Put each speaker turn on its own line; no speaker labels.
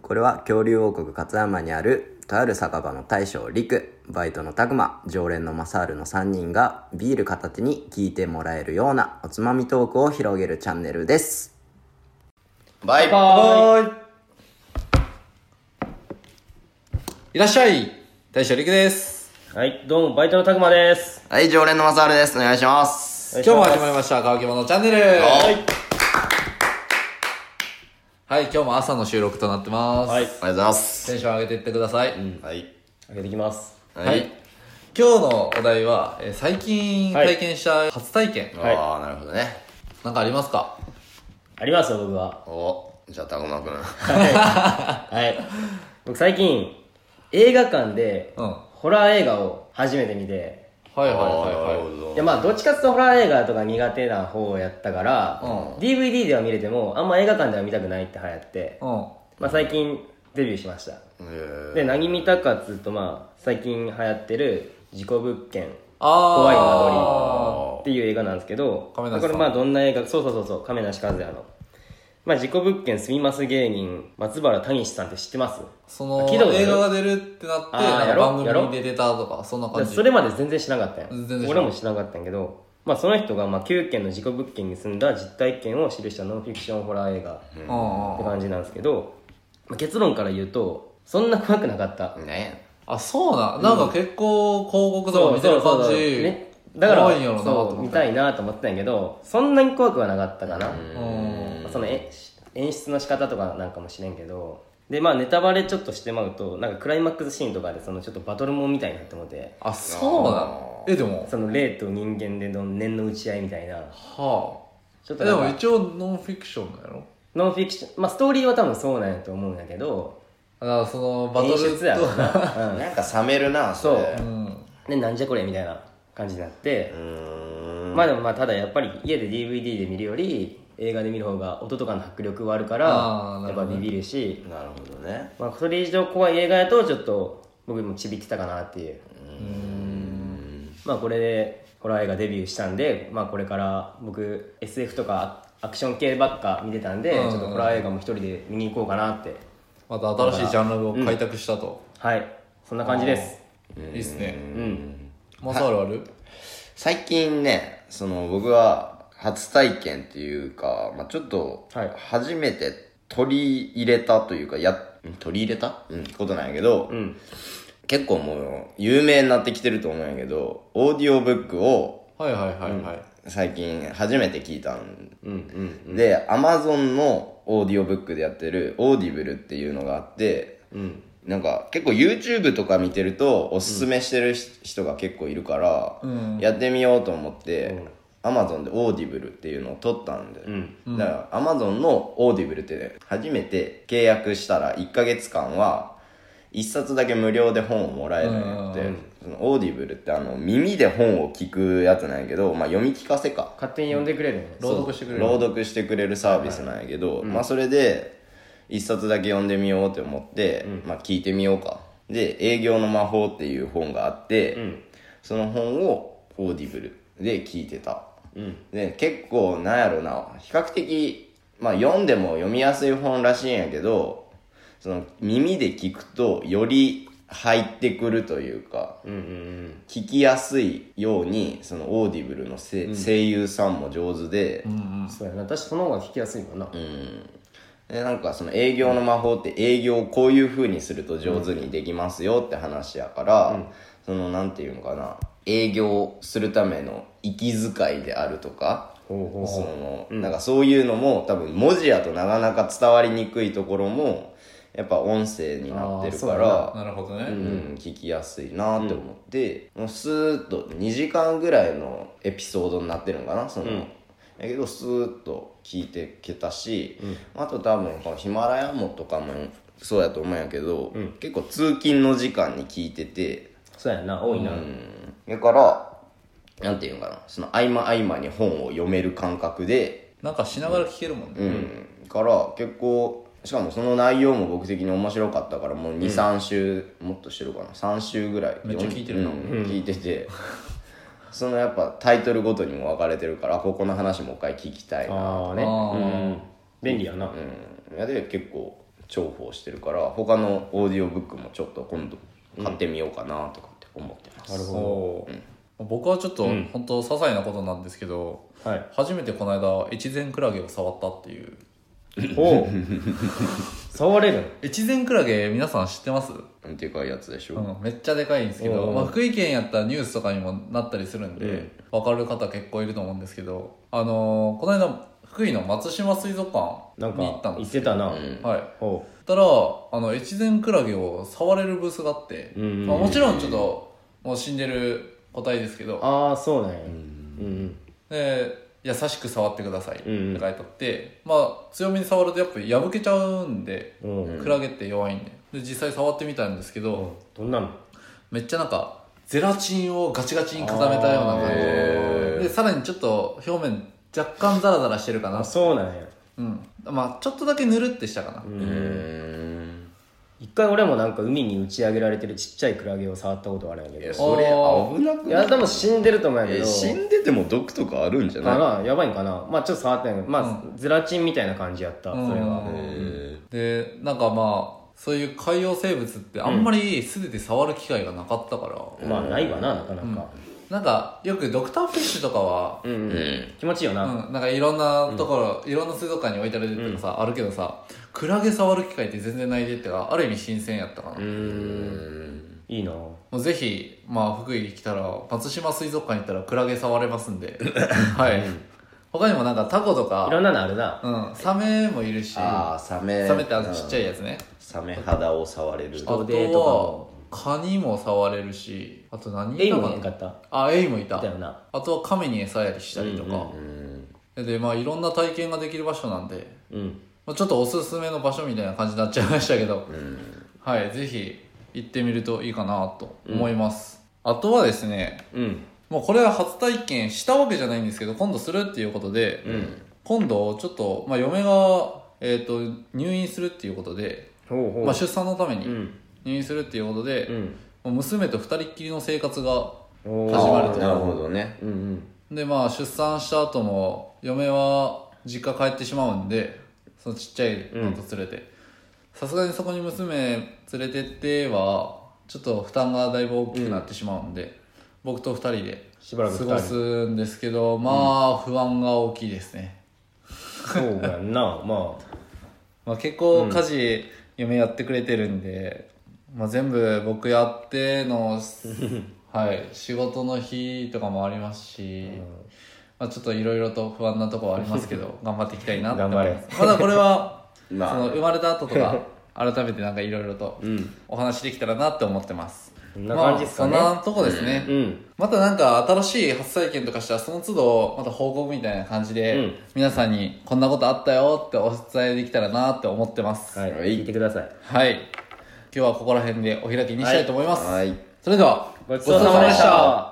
これは恐竜王国勝山にあるとある酒場の大将陸バイトの拓磨常連のマサールの3人がビール片手に聞いてもらえるようなおつまみトークを広げるチャンネルですバイ
いらっしゃい大将陸です
はい、どうも、バイトのたくまです。
はい常連のマサールですお願いします
今日も始まりました「乾き物チャンネル」はい、今日も朝の収録となってます、
あ
はい、
りがとうございます
テンション上げていってください、
はい
開けていきます。
はい今日のお題は、えー最近
はい
体験した初体験、
はい
ああなるほどね
なんかありますか
ありますよ、僕は。
おじゃあ拓磨くん
はい。僕最近、映画館で、
うんは
ホラー映画を初めて見て、
いはいはい
なる
はい
いやまあ、どっちかっていうとホラー映画とか苦手な方をやったから、
う
DVD では見れても、あんま映画館では見たくないって流行って、
う
まあ最近デビューしました。
え
で、何見たかっつうと、まあ、最近流行ってる、事故物件
あー
怖い間取りっていう映画なんですけど、
亀梨
こ
さん
れまあどんな映画、そうそうそうそう、亀梨和也の。まあ、事故物件住みます芸人、松原谷志さんって知ってます
その
聞いたことある
映画が出るってなって
あー
なんか
やろ
番組に出てたとかそんな
で
感じ
それまで全然知らなかったや
全然知ら
ん。
ん
俺も知らなかったんやけど、まあその人がまあ9件の事故物件に住んだ実体験を記したノンフィクションホラー映画
うん
っ
うん
て
うん
感じなんですけど、まあ、結論から言うと、そんな怖くなかった。
ね
あそうななんか結構広告とか見てる感
そうそう
じ
そうねだから
怖いんやろなと
そう
思っ
見
て
たいなと思ってたんやけどそんなに怖くはなかったかな、
うん
そのえ演出の仕方とかなんかもしれんけどでまあネタバレちょっとしてまうとなんかクライマックスシーンとかでそのちょっとバトルもんみたいになって思って
あそうなのえでも
その霊と人間での念の打ち合いみたいな
は
ちょ
あ
っと
で
なん
も
か
一応ノンフィクションだよ
ノンフィクションまあストーリーは多分そうなんやと思うんやけど
だからそのバト
演
ル
出やろ
と
な、
なんか冷めるなそれ
そう
うん
うん、でなんじゃこれみたいな感じになって、
うーん
まあでもまあただやっぱり家で DVD で見るより映画で見る方が音とかの迫力はあるから
あーなる
やっ
ほ
ぱ
どね
ビビるし、
なるほどね
まあ、それ以上怖い映画やとちょっと僕もちびってたかなっていうまあこれでホラー映画デビューしたんで、まあ、これから僕 SF とかアクション系ばっか見てたんでち
う
ょ
ん
っとホラー映画も一人で見に行こうかなって
また新しいジャンルを開拓したと、
はいそんな感じです
いいっすね
うん
マサールある
最近ねその僕は初体験っていうか、まあ、ちょっと
はい
初めて取り入れたというかやん取り入れた、うん、ことなんやけど、
うん
結構もう有名になってきてると思うんやけどオーディオブックを
はいはいはいはい、
最近初めて聞いたん
うんうん
で Amazon のオーディオブックでやってるオーディブルっていうのがあって
うん
なんか結構 YouTube とか見てるとおすすめしてるし人が結構いるから、
うん
やってみようと思って、Amazon でオーディブルっていうのを取ったんで、
うん
だから Amazon のオーディブルって、ね、初めて契約したら1ヶ月間は1冊だけ無料で本をもらえるんやって、
うん
そのオーディブルってあの耳で本を聞くやつなんやけど、まあ、読み聞かせか
勝手に呼んでくれるね
朗読してくれる
朗読してくれるサービスなんやけど、まあそれで一冊だけ読んでみようって思って、まあ聞いてみようかで「営業の魔法」っていう本があって、
ん
その本をオーディブルで聞いてた、
うん
で結構なんやろな比較的、まあ、読んでも読みやすい本らしいんやけどその耳で聞くとより入ってくるというか
うんうん
聞きやすいようにそのオーディブルのせ、声優さんも上手で、
うん
うんそうやな私その方が聞きやすいもんな
うん、でなんかその営業の魔法って営業をこういう風にすると上手にできますよって話やから、そのなんていうのかな営業するための息遣いであるとか
ほうほう
そのなんかそういうのも多分文字やとなかなか伝わりにくいところもやっぱ音声になってるか
う
ら
ん、なるほどね、
うん、聞きやすいなって思って、もうスーッと2時間ぐらいのエピソードになってるのかなその、やけどスーッと聞いてけたし、あと多分このヒマラヤもとかもそうやと思うんやけど、結構通勤の時間に聞いてて、
そうやな多いな、
うん、だからなんていうのかなその合間合間に本を読める感覚で
なんかしながら聞けるもん
う
ね、
ん、から結構しかもその内容も僕的に面白かったからもう23、週もっとしてるかな3週ぐらい
めっちゃ聞いてるな
うん聞いててそのやっぱタイトルごとにも分かれてるからここの話もう一回聞きたいな
ああね
あー
うん便利やな、
うんいやで結構重宝してるから他のオーディオブックもちょっと今度買ってみようかなとかって思ってます、
る
おー僕はちょっと、本当些細なことなんですけど
どはい
初めてこの間越前クラゲを触ったっていう
おお触れるの
越前クラゲ皆さん知ってます、
なんていうかやつでしょ、
うん、めっちゃでかいんですけ
お
ど、
ー
まあ、福井県やったらニュースとかにもなったりするんで、分かる方結構いると思うんですけどあのーこの間福井の松島水族館
なん
に行っ
か
たん
言
で
っ
す
てたな、
うん
はい
お
そしたらあの越前クラゲを触れるブースがあって、
うんうんうん
まあ、もちろんちょっともう死んでる個体ですけど
ああそうなんやうん
で優しく触ってくださいって
うんうん
書いてあって、まあ強めに触るとやっぱ破けちゃうんで、
うんうん、
クラゲって弱いんでで実際触ってみたんですけど、
どんなの
めっちゃなんかゼラチンをガチガチに固めたような感じ
へー
でさらにちょっと表面若干ザラザラしてるか
あ
な
そうなんや
うんまあちょっとだけぬるってしたかな、
うーん
一回俺もなんか海に打ち上げられてるちっちゃいクラゲを触ったことあるんやけ
いや
ど
それ危なく
い
な
や
い
でも死んでると思うんやけ
え
ど
死んでても毒とかあるんじゃない
かなやばいんかなまあちょっと触ってないけどまあ、ゼラチンみたいな感じやった、
うん
それは
へー
でなんかまあそういう海洋生物ってあんまり素手で触る機会がなかったから、
まあないわななかなか、
なんかよくドクターフィッシュとかは、
うんうん
うん
気持ちいいよな、
うん、なんかいろんなところ、いろんな水族館に置いてあるとかさ、あるけどさクラゲ触る機会って全然ないでってかある意味新鮮やったかな、
いいな
もうぜひ、まあ、福井来たら松島水族館行ったらクラゲ触れますんではい、他にもなんかタコと
いろ
か、
んなのあるな
うん、サメもいるし
ああサメ
サメってあのちっちゃ
い
いやつね
サメ肌を触れる
あと
人手と
はカニも触れるしあと何
エイ
いた
も
か
いなか
な
った
あエイもいた
だよな
あとはカメに餌やりしたりとか、でまあいろんな体験ができる場所なんで、
うん
まあ、ちょっとおすすめの場所みたいな感じになっちゃいましたけど、はいぜひ行ってみるといいかなと思います、あとはですね
うん
もうこれは初体験したわけじゃないんですけど今度するっていうことで、今度ちょっと、まあ、嫁が、えー、と入院するっていうことで、
ほうほう、
まあ、出産のために
ん
入院するっていうことで、
ん
もう娘と二人っきりの生活が
おー
始まると
なるほどね
うんうん
でまあ出産した後も嫁は実家帰ってしまうんでそのちっちゃいのと連れてさすがにそこに娘連れてってはちょっと負担がだいぶ大きくなってしまうんで、僕と二人で
しば
過
らく二人
ごすんですけどまあ不安が大きいですね、
そうやんなまあ
まあ、結構家事嫁やってくれてるんで、まあ、全部僕やっての、 はい、仕事の日とかもありますし、まあ、ちょっといろいろと不安なところはありますけ ど頑張っていきたいなって思いますまだこれはそ
まあ
の生まれた後とか 改めてなんかいろいろとお話できたらなって思ってます、
こんな感じっすかね
まあ、そんなとこですね、
うん
またなんか新しい初体験とかしたらその都度また報告みたいな感じで、
うん
皆さんにこんなことあったよってお伝えできたらなって思ってます
はい
はい
聞いてください
はい今日はここら辺でお開きにしたいと思います、
はい
それでは
ごちそうさまでした